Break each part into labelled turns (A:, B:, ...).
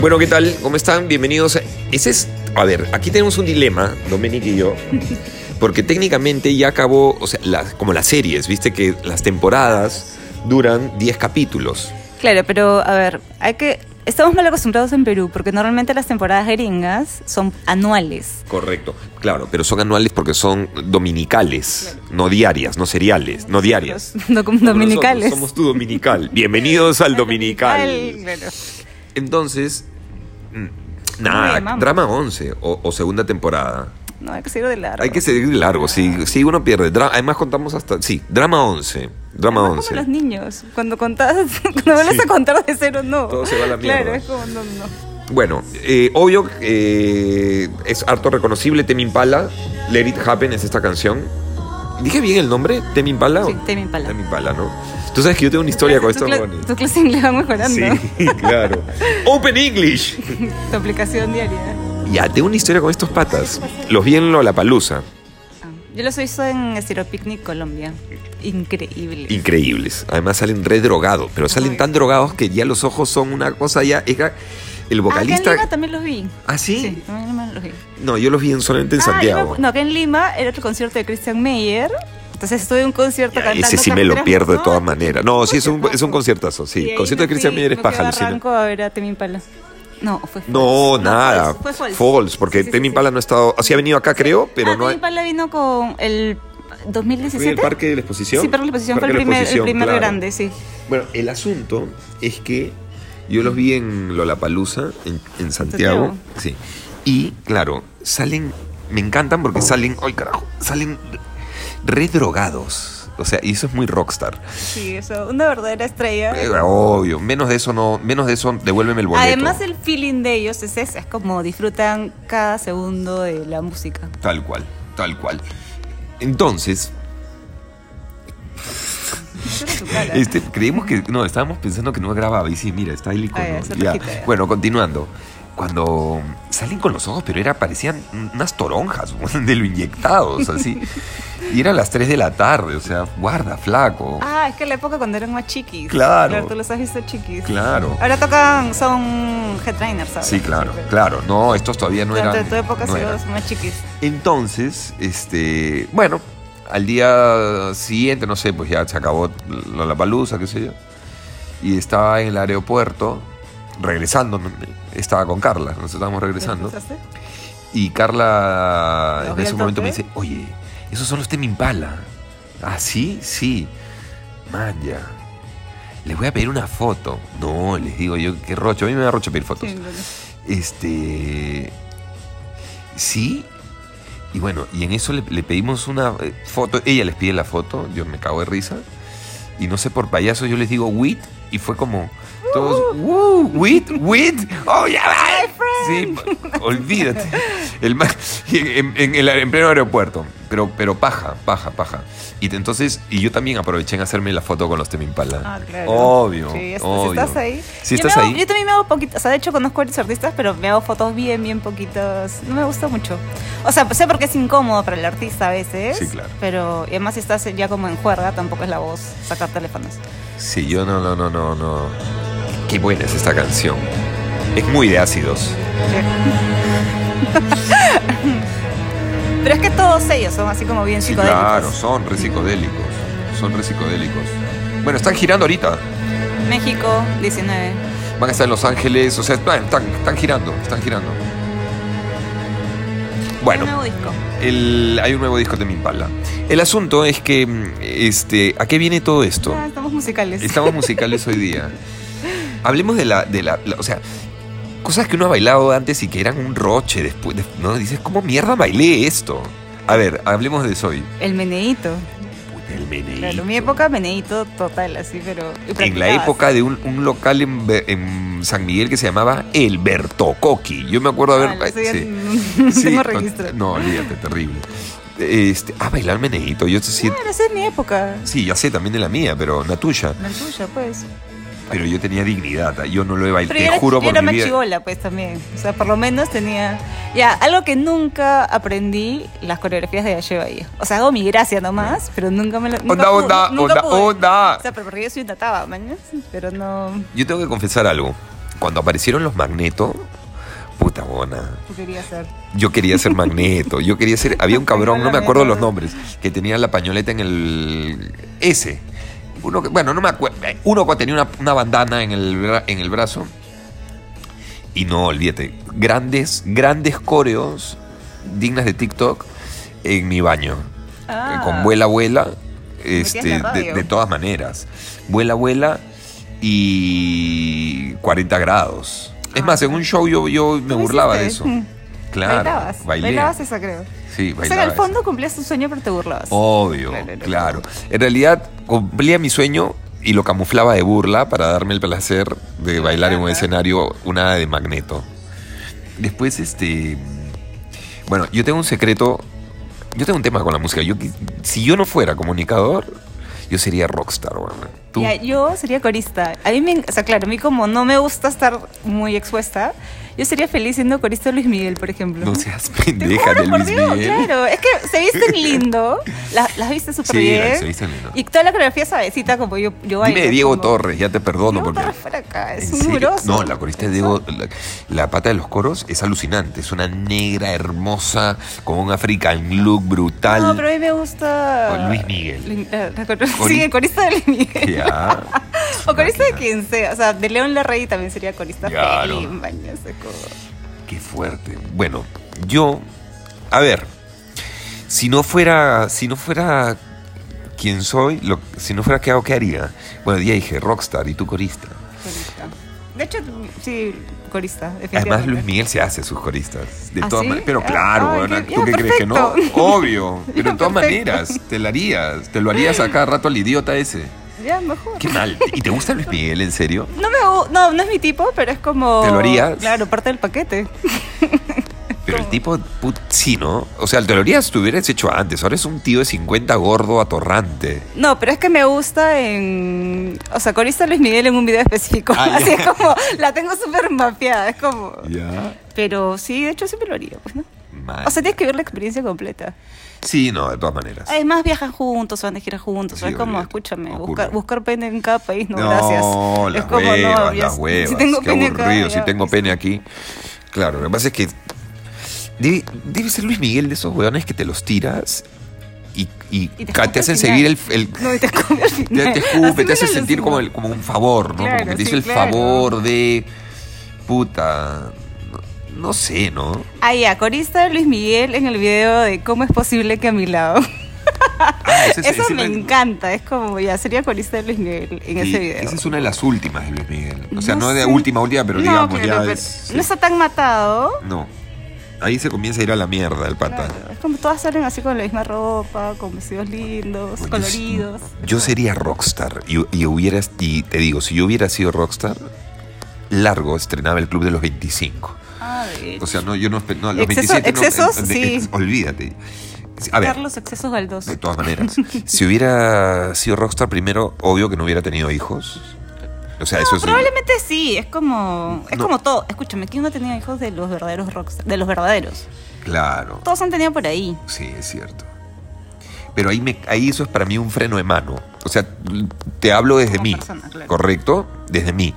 A: Bueno, ¿qué tal? ¿Cómo están? Bienvenidos. Ese es, a ver, aquí tenemos un dilema, Dominic y yo, porque técnicamente ya acabó, o sea, las- como las series, viste que las temporadas duran 10 capítulos.
B: Claro, pero a ver, hay que. Estamos mal acostumbrados en Perú porque normalmente las temporadas gringas son anuales.
A: Correcto. Claro, pero son anuales porque son dominicales, no diarias, no seriales, no diarias.
B: No
A: Como
B: como
A: nosotros,
B: dominicales.
A: somos tu dominical. Bienvenidos al
B: Al-
A: dominical.
B: claro.
A: Entonces, mm,
B: le
A: nada,
B: llamamos?
A: drama 11 o, o segunda temporada.
B: No, hay que seguir de largo.
A: Hay que seguir largo, si, si uno pierde. Dra- Además contamos hasta, sí, drama 11. Drama
B: Además,
A: 11.
B: como los niños. Cuando contás, cuando vuelves
A: Sí.
B: a contar de cero, no.
A: Todo se va a la
B: Claro,
A: mierda.
B: es como no, no.
A: Bueno, eh, obvio eh, es harto reconocible Temi Impala. Let It Happen es esta canción. ¿Dije bien el nombre? ¿Temi Impala?
B: Sí, Tame Impala.
A: Temi Impala, ¿no? Tú sabes que yo tengo una historia con
B: Tu
A: esto.
B: cla-
A: Ronnie.
B: Tu clase de inglés va mejorando.
A: Sí, claro. Open English.
B: Tu aplicación diaria.
A: Ya, tengo una historia con estos patas. Los vi en Lollapalooza.
B: Ah, Yo los he visto en Estiro Picnic Colombia. Increíble.
A: Increíbles. Además salen re drogados, pero salen tan drogados que ya los ojos son una cosa ya... es
B: Ah,
A: ca- el
B: Acá en Lima
A: vocalista...
B: también los vi.
A: ¿Ah, sí?
B: Sí, también en Lima los vi.
A: No, yo los vi en- solamente en
B: Ah,
A: Santiago.
B: iba- no, acá en Lima era el concierto de Christian Meyer. Entonces estuve en un concierto
A: Ya,
B: cantando.
A: ese sí me lo
B: carreras-
A: pierdo de
B: No,
A: todas maneras. No, sí, es un,
B: conciertazo.
A: es un conciertazo,
B: Y
A: sí.
B: ahí
A: Concierto de
B: me
A: Cristian
B: fui-
A: Mieres
B: me
A: paja,
B: fui a
A: alucina.
B: Barranco a ver a Temi Impala. No, fue Falls.
A: No, nada.
B: Falls, Fue Falls.
A: porque
B: Sí, sí,
A: Temi
B: sí.
A: Impala no ha estado. Así ha venido acá, creo, pero
B: ah,
A: no
B: Temi
A: ha.
B: Impala vino con el 2017.
A: de la Exposición?
B: Sí, Parque de la Exposición fue
A: Parque de
B: el
A: la
B: primer, el
A: Exposición,
B: primer
A: claro.
B: grande, sí.
A: Bueno, el asunto es que yo los vi en Lollapalooza, en, en Santiago.
B: Santiago.
A: Sí. Y, claro, salen. Me encantan porque salen. ¡Ay, carajo! Salen redrogados. O sea, y eso es muy rockstar.
B: Sí, eso, una verdadera estrella.
A: Eh, Obvio. Menos de eso no. Menos de eso, devuélveme el boleto.
B: Además, eh, el feeling de ellos es ese, es como disfrutan cada segundo de la música.
A: Tal cual, tal cual. Entonces,
B: Mira tu cara.
A: este, creímos que. No, estábamos pensando que no grababa. Y sí, mira, está ahí el icono.
B: Ah, ya, se
A: Ya.
B: repite, ya.
A: Bueno, continuando. Cuando salen con los ojos, pero era, parecían unas toronjas de lo inyectados, así. Y eran las 3 de la tarde, o sea, guarda, flaco.
B: Ah, es que la época cuando eran más chiquis.
A: Claro.
B: Tú los has visto chiquis.
A: Claro.
B: Ahora tocan, son headliners, ¿sabes?
A: Sí, claro, claro. No, estos todavía no
B: Durante
A: eran.
B: tu época
A: no
B: sí
A: eran.
B: los más chiquis.
A: Entonces, este, bueno, al día siguiente, no sé, pues ya se acabó la palusa, qué sé yo. Y estaba en el aeropuerto, regresando, estaba con Carla, nos estábamos regresando.
B: ¿Escuchaste?
A: Y Carla
B: ¿Los
A: en
B: vi
A: ese
B: al
A: momento me
B: tope?
A: dice, oye, esos son los Temi Impala. ¿Ah, sí? Sí. Man, ya. Les voy a pedir una foto. No, les digo yo, qué rocho. A mí me da rocho pedir fotos.
B: Sí, bueno.
A: Este. Sí. Y bueno, y en eso le, le pedimos una eh, foto. Ella les pide la foto. Yo me cago de risa. Y no sé, por payaso, yo les digo wit. Y fue como. Todos.
B: Uh.
A: "Woo, wit, wit. Oh, ya va. Sí, pa- olvídate. El ma- y en, en el- en pleno aeropuerto. Pero, pero paja, paja, paja. Y te- entonces, y yo también aproveché en hacerme la foto con los Temimpala.
B: Ah, claro.
A: Obvio.
B: Sí, es-
A: obvio.
B: si estás ahí.
A: Si
B: Yo me
A: estás
B: hago-
A: ahí.
B: Yo también me hago poquitos. O sea, de hecho conozco a varios artistas, pero me hago fotos bien, bien poquitas. No me gusta mucho. O sea, sé porque es incómodo para el artista a veces.
A: Sí, claro.
B: Pero, y además si estás ya como en juerga, tampoco es la voz sacar teléfonos.
A: Sí, yo no, no, no, no, no. Qué buena es esta canción. Es muy de ácidos.
B: Pero es que todos ellos son así como bien
A: Sí,
B: psicodélicos.
A: claro, son re psicodélicos. Son re psicodélicos. Bueno, están girando ahorita.
B: México, 19.
A: Van a estar en Los Ángeles, o sea, están, están, están girando, están girando. Bueno.
B: Un nuevo disco.
A: El- hay un nuevo disco de mi Impala. El asunto es que, mm, este, ¿a qué viene todo esto?
B: Ah, estamos musicales.
A: Estamos musicales hoy día. Hablemos de la, de la, la- o sea, cosas que uno ha bailado antes y que eran un roche después, de- no dices cómo mierda bailé esto. A ver, hablemos de eso hoy.
B: El meneíto.
A: Puta, El meneíto.
B: Claro, mi época meneíto total, así, pero...
A: En
B: y
A: la
B: practicabas.
A: época de un, un local en, Be- en San Miguel que se llamaba El Bertocoqui. Yo me acuerdo
B: Ah,
A: haber.
B: lo sé, ya
A: sí.
B: No
A: Sí,
B: tengo
A: no-
B: registro.
A: No, olvídate, terrible. Este, ah, bailar meneíto. Yo sí,
B: Claro, esa es mi época.
A: sí, ya sé también de la mía, pero la tuya.
B: La tuya, pues.
A: Pero yo tenía dignidad. Yo no lo he bailado.
B: Pero yo
A: Te
B: era,
A: juro
B: yo
A: por
B: era
A: mi
B: más
A: vida.
B: chibola, pues, también. O sea, por lo menos tenía... Ya, algo que nunca aprendí, las coreografías de Yayo Bahía. O sea, hago mi gracia nomás, pero nunca me la... nunca
A: Onda,
B: pude,
A: onda,
B: nunca
A: onda,
B: pude.
A: onda.
B: O sea, pero porque yo soy una taba, mañas, pero no...
A: Yo tengo que confesar algo. cuando aparecieron los magnetos, puta buena.
B: Tú querías ser.
A: Yo quería ser magneto, yo quería ser. Había un cabrón, no me acuerdo los nombres, que tenía la pañoleta en el. S. Uno que- bueno, no me acuerdo. Uno que tenía una, una bandana en el, bra- en el brazo. Y no, olvídate. Grandes, grandes coreos dignas de TikTok en mi baño.
B: Ah.
A: Eh, Con vuela, vuela.
B: Metías la
A: Este, de,
B: radio.
A: de todas maneras. Vuela, vuela y 40 grados. Es
B: Ah.
A: más, en un show yo, yo me
B: ¿Tú
A: burlaba de eso.
B: hiciste?
A: Claro.
B: Bailabas.
A: bailé.
B: Bailabas esa, creo.
A: Sí,
B: O sea, en
A: bailaba Oh,
B: el
A: eso.
B: fondo cumplías tu sueño, pero te burlabas.
A: Obvio,
B: Claro, claro.
A: claro. En realidad cumplía mi sueño y lo camuflaba de burla para darme el placer de bailar en un escenario una de magneto. Después, este. Bueno, yo tengo un secreto. Yo tengo un tema con la música. Yo, qui- si yo no fuera comunicador, yo sería rockstar, weón. Tú.
B: Ya, yo sería corista. A mí, me, o sea, claro, a mí como no me gusta estar muy expuesta, yo sería feliz siendo corista de Luis Miguel, por ejemplo.
A: No seas
B: Te
A: pendeja
B: juro,
A: de
B: por
A: Luis
B: Dios,
A: Miguel.
B: Claro, es que se visten lindo, las, las viste súper
A: Sí,
B: bien.
A: se visten lindo.
B: Y toda la coreografía suavecita como yo, yo bailo.
A: Dime de Diego
B: como-
A: Torres, ya te perdono.
B: Diego
A: porque...
B: Torres fuera acá, es
A: ¿En
B: un
A: serio?
B: grosso.
A: No, la corista de Diego, la, la pata de los coros es alucinante. Es una negra hermosa, con un African look brutal.
B: No, pero a mí me gusta...
A: O Luis Miguel.
B: Lu- la- la cor-
A: Cori-
B: Sí, el corista de Luis Miguel.
A: Ya.
B: O corista de
A: Máquina.
B: quien sea, o sea, de León Larrey también sería corista
A: Claro.
B: feliz, bañarse como-
A: Qué fuerte. Bueno, yo. A ver. Si no fuera. Si no fuera quien soy, lo- si no fuera qué hago, ¿qué haría? Bueno, ya dije, rockstar y tú corista.
B: Corista. De hecho, sí, corista, definitivamente.
A: Además, Luis Miguel se hace sus coristas. De
B: ¿Ah,
A: todas
B: sí?
A: maneras. Pero
B: Ah,
A: claro,
B: ay,
A: huevona,
B: qué-
A: ¿tú
B: ya,
A: qué crees que no?
B: perfecto.
A: Obvio. Pero
B: Ya,
A: de todas
B: perfecto.
A: maneras, te lo harías. Te lo harías a cada rato al idiota ese.
B: Ya, mejor.
A: Qué mal. ¿Y te gusta Luis Miguel, en serio?
B: No, me, gu- no, no es mi tipo, pero es como...
A: ¿Te lo harías?
B: Claro, parte del paquete.
A: Pero el tipo, put, sí, ¿no? O sea, te lo harías, te hubieras hecho antes. Ahora es un tío de 50 gordo, atorrante.
B: No, pero es que me gusta en... O sea, corista Luis Miguel en un video específico.
A: Ah, ya.
B: Así es como, la tengo súper mapeada, es como...
A: Ya. Ah,
B: Pero sí, de hecho siempre lo haría, pues, ¿no?
A: Mal.
B: O sea, tienes que ver la experiencia completa.
A: sí, no, de todas maneras.
B: Además viajan juntos, van de gira juntos.
A: Sí,
B: es como,
A: olvídate.
B: escúchame,
A: Ocurre.
B: buscar, buscar pene en cada país, no,
A: No,
B: gracias.
A: las
B: es como,
A: huevas,
B: no, ya-
A: las huevas.
B: Si tengo
A: Qué
B: pene acá,
A: aburrido,
B: ya,
A: si tengo
B: listo.
A: pene aquí. Claro, lo que pasa es que debe, debe ser Luis Miguel de esos hueones que te los tiras y, y
B: Y te
A: ca- te,
B: escupe
A: hacen
B: al
A: seguir el...
B: final.
A: el-
B: No, y te escupe al final.
A: te, te escupe,
B: Así
A: te
B: me
A: hace
B: lo
A: sentir
B: alucino.
A: como, el- como un favor, ¿no?
B: Claro,
A: como que te
B: sí,
A: dice el
B: claro.
A: favor de... Puta... No, no sé, ¿no?
B: Ah, ya, corista de Luis Miguel en el video de ¿Cómo es posible que a mi lado?
A: Ah, ese es-
B: Eso
A: ese
B: me
A: no es-
B: encanta, es como, ya, sería corista de Luis Miguel en
A: y
B: ese video.
A: Esa es una de las últimas de Luis Miguel. O sea, no, de
B: sé.
A: última, última, pero
B: No,
A: digamos
B: claro,
A: ya
B: pero
A: es... sí.
B: No está tan matado.
A: No. Ahí se comienza a ir a la mierda el pata.
B: Claro, Es como todas salen así con la misma ropa, con vestidos lindos,
A: Bueno, yo-
B: coloridos.
A: Yo, sería rockstar. Y, y hubieras, y te digo, si yo hubiera sido rockstar, largo estrenaba el club de los 25.
B: Ah, de
A: O sea, no, yo no. espe- no los
B: Exceso-
A: 27 no,
B: excesos,
A: eh, de-
B: sí.
A: ex- olvídate. A ver,
B: Carlos Excesos Galdós.
A: de todas maneras, si hubiera sido rockstar primero, obvio que no hubiera tenido hijos. O sea, eso
B: No,
A: es.
B: probablemente sí, es como es
A: No.
B: como todo. Escúchame, ¿quién no tenía hijos de los verdaderos rockstars? De los verdaderos.
A: Claro.
B: Todos han tenido por ahí.
A: Sí, es cierto. Pero ahí, me, ahí eso es para mí un freno de mano. O sea, te hablo desde
B: Como
A: mí.
B: persona, claro.
A: ¿Correcto? Desde mí.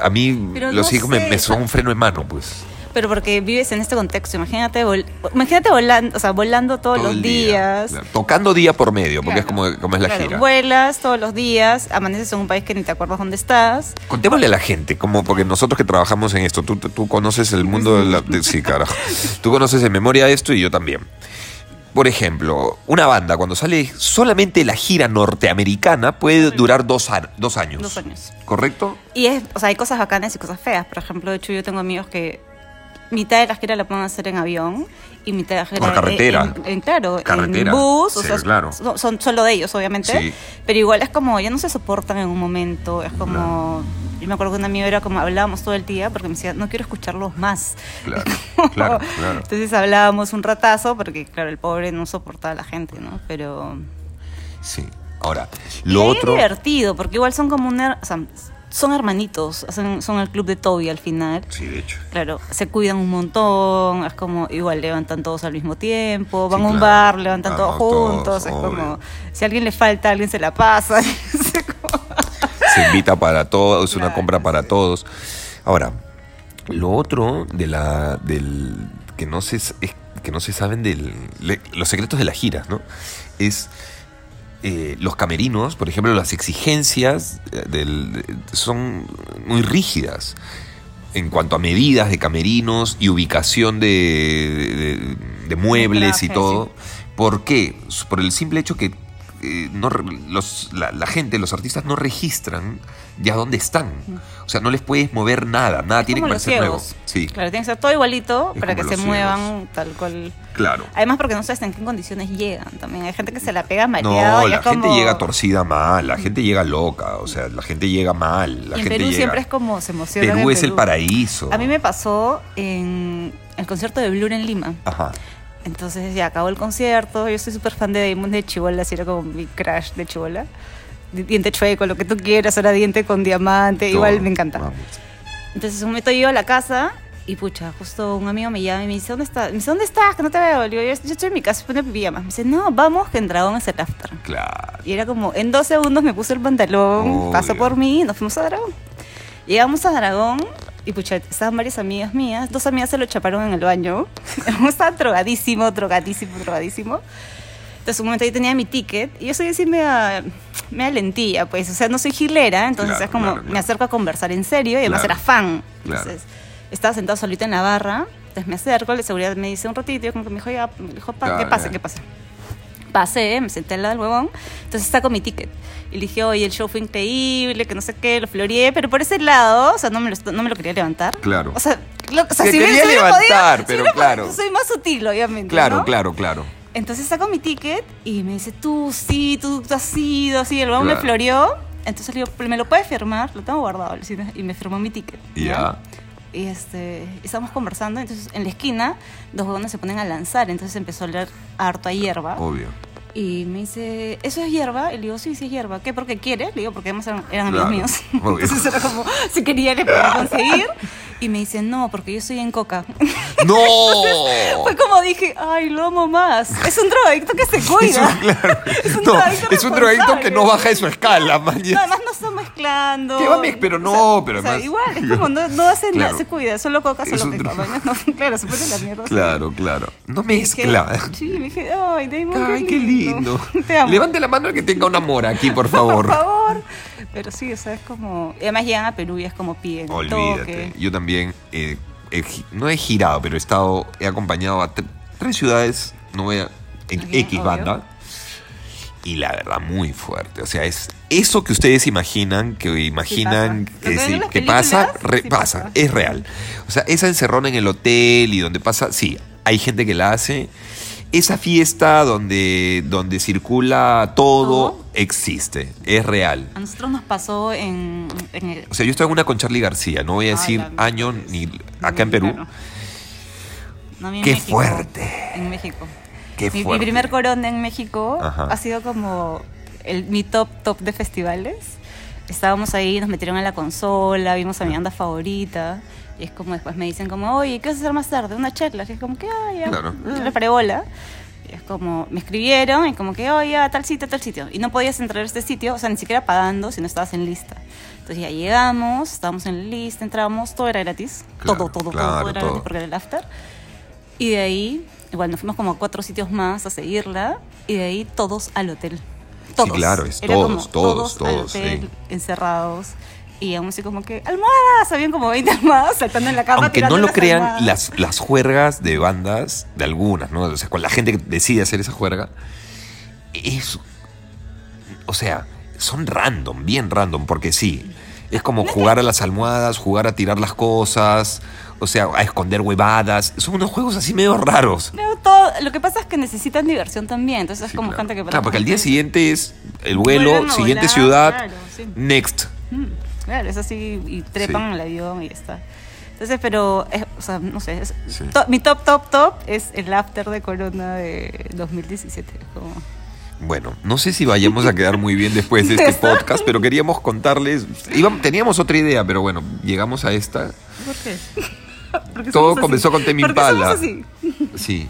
A: A mí
B: Pero
A: los
B: no
A: hijos me,
B: sé,
A: me
B: o
A: son
B: sea-
A: un freno de mano, pues.
B: Pero porque vives en este contexto, imagínate, vol- imagínate volando, o sea, volando todos
A: Todo
B: los
A: el día,
B: días.
A: claro. Tocando día por medio, porque
B: Claro.
A: es como, como es la
B: Claro,
A: gira.
B: Vuelas todos los días, amaneces en un país que ni te acuerdas dónde estás.
A: Contémosle a la gente, como porque nosotros que trabajamos en esto, tú, tú conoces el mundo de la... de- sí, carajo. Tú conoces de memoria esto y yo también. Por ejemplo, una banda cuando sale solamente la gira norteamericana puede durar dos, a- dos años.
B: Dos años.
A: ¿Correcto?
B: Y es, o sea, hay cosas bacanas y cosas feas. Por ejemplo, de hecho, yo tengo amigos que mitad de la gira la pueden hacer en avión y mitad de la gira
A: Por
B: en-
A: carretera.
B: En, en- claro,
A: Carretera.
B: en bus. O
A: Sí,
B: sea,
A: claro.
B: son, son solo de ellos, obviamente.
A: Sí.
B: Pero igual es como, ya no se soportan en un momento. Es como. Yo me acuerdo que un amigo era como, hablábamos todo el día porque me decía, no quiero escucharlos más.
A: Claro, claro, claro.
B: Entonces hablábamos un ratazo porque, claro, el pobre no soportaba a la gente, ¿no? Pero.
A: Sí. Ahora,
B: Y
A: lo
B: ahí
A: otro.
B: Es divertido, porque igual son como una. o sea, son hermanitos, hacen- son el club de Toby al final.
A: Sí, de hecho.
B: Claro, se cuidan un montón, es como igual levantan todos al mismo tiempo, van
A: Sí,
B: a un
A: claro.
B: bar, levantan
A: Vamos
B: todos juntos,
A: todos,
B: es
A: obvio.
B: como si a alguien le falta, alguien se la pasa. es como-
A: Se invita para todos, una
B: Claro,
A: compra para todos. Ahora, lo otro de la, del, que, no se, es que no se saben del, le- los secretos de las giras, ¿no? Es eh, los camerinos, por ejemplo, las exigencias eh, del- de- son muy rígidas en cuanto a medidas de camerinos y ubicación de, de- de muebles y
B: trajes,
A: todo. ¿Por qué? Por el simple hecho que eh, no re- los- la, la gente, los artistas no registran ya dónde están. O sea, no les puedes mover nada, nada tiene que
B: como los
A: parecer nuevo.
B: ciegos.
A: Sí,
B: Claro, tiene que ser todo igualito
A: Es
B: para que
A: como
B: se
A: los
B: muevan tal cual.
A: claro.
B: Además porque no sabes en qué condiciones llegan también. Hay gente que se la pega mareado.
A: No,
B: y
A: la
B: es
A: gente
B: como-
A: llega torcida mal, la gente llega loca, o sea, la gente llega mal, la
B: y en
A: gente
B: Perú
A: llega.
B: siempre es como se emociona.
A: Perú es el paraíso.
B: A mí me pasó en el concierto de Blur en Lima.
A: Ajá.
B: Entonces ya acabó el concierto. Yo soy súper fan de Damon de Chibola, así era como mi crush de Chibola. Diente chueco, lo que tú quieras, ahora diente con diamante, Eh, igual
A: Todo. Ah,
B: me encanta.
A: Vamos.
B: Entonces un momento yo a la casa y pucha, justo un amigo me llama y me dice, ¿dónde estás? Me dice, ¿dónde estás? Que no te veo. Le digo, yo, yo estoy en mi casa, pone pijamas. Me dice, no, vamos, que en Dragón es el after.
A: Claro.
B: Y era como, en dos segundos me puse el pantalón,
A: Obvio.
B: pasó por mí, nos fuimos a Dragón. Llegamos a Dragón y pucha, estaban varias amigas mías, dos amigas se lo chaparon en el baño. Estaba drogadísimo, drogadísimo, drogadísimo. Entonces un momento yo tenía mi ticket y yo soy así media, media lentilla, pues, o sea, no soy gilera, entonces
A: Claro,
B: es como,
A: claro, claro.
B: me acerco a conversar en serio y además
A: Claro.
B: era fan.
A: Claro.
B: Entonces estaba sentado solita en la barra, entonces me acerco, la seguridad me dice un ratito, yo como que me dijo, ya, me dijo, pa,
A: Claro,
B: que pase,
A: ya.
B: que pase pasé, me senté al lado del huevón, entonces saco mi ticket. Y le dije, oye, el show fue increíble, que no sé qué, lo floreé, pero por ese lado, o sea, no me lo, no me lo quería levantar.
A: Claro.
B: O sea, lo- o sea,
A: Te
B: si
A: quería
B: hubiera- si hubiera
A: levantar,
B: podido- si
A: pero
B: hubiera
A: claro.
B: podido, soy más sutil, obviamente.
A: Claro,
B: ¿no?
A: claro, claro.
B: Entonces saco mi ticket y me dice, tú sí, tú, tú has sido, así, el huevón
A: Claro.
B: me floreó. Entonces le digo, ¿me lo puedes firmar? Lo tengo guardado, le digo, y me firmó mi ticket. ¿no?
A: Ya.
B: y este, estábamos conversando, entonces en la esquina dos huevones se ponen a lanzar, entonces empezó a oler harto a hierba.
A: Obvio.
B: Y me dice, ¿eso es hierba? Y le digo, sí, sí es hierba. ¿Qué? ¿Por qué quieres? Le digo, porque además eran, eran
A: Claro,
B: amigos míos.
A: obvio.
B: Entonces era como, si quería le podía conseguir. Y me dice, no, porque yo soy en coca.
A: ¡No! Oh.
B: Fue como dije, ay, lo amo más. Es un drogadicto que se
A: Es
B: cuida.
A: un, claro.
B: Es un
A: No,
B: drogadicto
A: es un drogadicto que
B: responsable.
A: no baja de su escala, man.
B: No, además no está mezclando.
A: ¿Qué va a mez- pero no, pero además-
B: igual, es como no, no hace
A: Claro.
B: nada, se cuida, solo coca,
A: Es
B: solo
A: un
B: coca.
A: dro-
B: Bueno, no, claro, se pone la mierda.
A: Claro, claro. No
B: Dije-
A: mezcla.
B: Sí, me dije, ay, Damon,
A: Ay, qué lindo.
B: Te amo.
A: Levante la mano el que tenga una mora aquí, por favor.
B: por favor. Pero sí, o sea, es como. y además llegan a Perú y es como piden.
A: Olvídate. Yo también eh, he gi- no he girado, pero he estado, he acompañado a tre- tres ciudades, no voy a- en
B: Ujú,
A: X
B: obvio.
A: banda. Y la verdad, muy fuerte. O sea, es eso que ustedes imaginan, que imaginan
B: pasa.
A: que,
B: Lo que ven
A: sí,
B: en las
A: que pasa,
B: películas,
A: re-
B: sí
A: pasa,
B: pasa.
A: es real. O sea, esa encerrona en el hotel y donde pasa, sí, hay gente que la hace. Esa fiesta donde, donde circula todo
B: Todo.
A: existe, es real.
B: A nosotros nos pasó en. en el, Ah,
A: O sea, yo estaba en una con Charlie García, no voy a
B: Ay,
A: decir
B: la mierda.
A: año ni acá en Perú.
B: Claro. No, a mí en
A: ¡Qué
B: México,
A: fuerte!
B: En México.
A: ¡Qué
B: mi, mi
A: fuerte!
B: primer corona en México
A: Ajá.
B: ha sido como el, mi top, top de festivales. Estábamos ahí, nos metieron en la consola, vimos
A: Ah.
B: a mi banda favorita. Y es como después me dicen como, oye, ¿qué vas a hacer más tarde? Una charla. Y es como que, ay, ya.
A: Claro.
B: Yo le paré bola. Y es como, me escribieron y como que, oye, a tal sitio, a tal sitio. Y no podías entrar a este sitio, o sea, ni siquiera pagando si no estabas en lista. Entonces ya llegamos, estábamos en la lista, entramos, todo era gratis.
A: Claro,
B: todo, todo, todo,
A: claro,
B: todo era
A: todo.
B: gratis porque era el after. Y de ahí, igual nos fuimos como a cuatro sitios más a seguirla. Y de ahí todos al hotel. Todos.
A: Sí, claro, es
B: Era
A: todos,
B: como
A: todos,
B: al
A: todos,
B: hotel,
A: sí.
B: encerrados. Y aún así como que, almohadas, habían como 20 almohadas saltando en la cama.
A: Aunque no
B: tirando
A: lo
B: las
A: crean,
B: almohadas.
A: las, las juergas de bandas, de algunas, ¿no? O sea, con la gente que decide hacer esa juerga, es. O sea, son random, bien random, porque sí. Es como jugar a las almohadas, jugar a tirar las cosas, o sea, a esconder huevadas. Son unos juegos así medio raros.
B: Pero todo, lo que pasa es que necesitan diversión también. Entonces
A: Sí,
B: es como
A: claro.
B: gente que...
A: Claro, porque al día siguiente es el vuelo,
B: Vuelven a
A: siguiente
B: volar,
A: ciudad,
B: claro, sí.
A: next.
B: Mm, Claro, es así y trepan
A: Sí.
B: al avión y ya está. Entonces, pero, es- o sea, no sé, es-
A: Sí.
B: to- mi top, top, top es el after de Corona de 2017. Como,
A: Bueno, no sé si vayamos a quedar muy bien después de este podcast, pero queríamos contarles. íbam- teníamos otra idea, pero bueno, llegamos a esta.
B: ¿Por qué? Porque
A: Todo
B: somos así.
A: comenzó con Temi
B: Porque
A: Impala.
B: somos así.
A: Sí.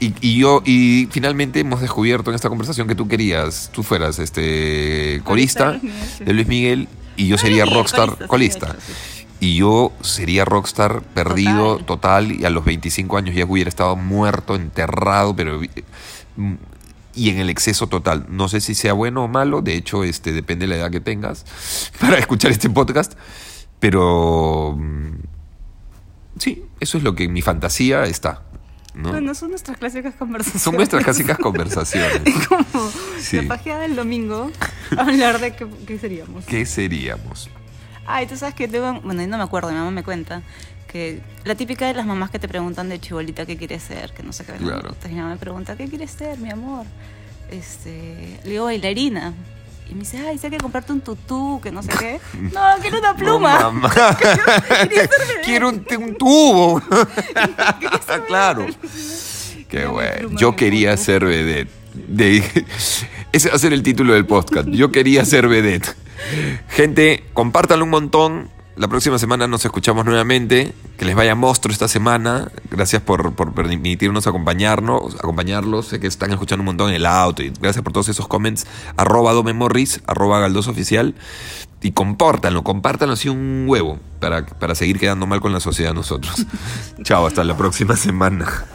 A: Y, y yo, y finalmente hemos descubierto en esta conversación que tú querías, tú fueras este corista
B: Corista de Luis Miguel, sí.
A: de Luis Miguel y yo
B: No,
A: sería
B: Luis Miguel,
A: rockstar
B: corista, sí,
A: colista.
B: de hecho, sí.
A: y yo sería rockstar perdido total. y a los 25 años ya hubiera estado muerto, enterrado, pero mm, y en el exceso total. No sé si sea bueno o malo, de hecho este depende de la edad que tengas para escuchar este podcast, pero mm, sí, eso es lo que en mi fantasía está. ¿no?
B: Bueno, son nuestras clásicas conversaciones.
A: Son nuestras clásicas conversaciones.
B: Como
A: Sí.
B: la pajeada del domingo, hablar de qué, qué seríamos.
A: ¿Qué seríamos?
B: Ay, tú sabes que tengo. Bueno, yo no me acuerdo, mi mamá me cuenta. Que la típica de las mamás que te preguntan de chibolita qué quieres ser, que no sé qué. ¿no?
A: Claro.
B: Entonces mi mamá me pregunta, ¿qué quieres ser, mi amor? Este, le digo bailarina. Y me dice, ay, sé que comprarte un tutú, que no sé qué. No, quiero una
A: No,
B: pluma.
A: mamá.
B: Quería ser bebé.
A: Quiero un, un tubo. claro. Qué
B: Quiero mi
A: bueno.
B: pluma,
A: Yo
B: mi
A: quería
B: amor.
A: ser vedette. De- ese va a ser el título del podcast. Yo quería ser vedette. Gente, compártanlo un montón. La próxima semana nos escuchamos nuevamente. Que les vaya monstruo esta semana. Gracias por, por permitirnos acompañarnos, acompañarlos. Sé que están escuchando un montón en el auto. Y gracias por todos esos comments. Arroba Dome Morris, arroba Galdoso Oficial. Y compártanlo, compártanlo así un huevo para, para seguir quedando mal con la sociedad nosotros. Chao, hasta la próxima semana.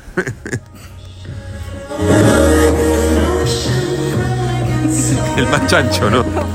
A: El más chancho, ¿no?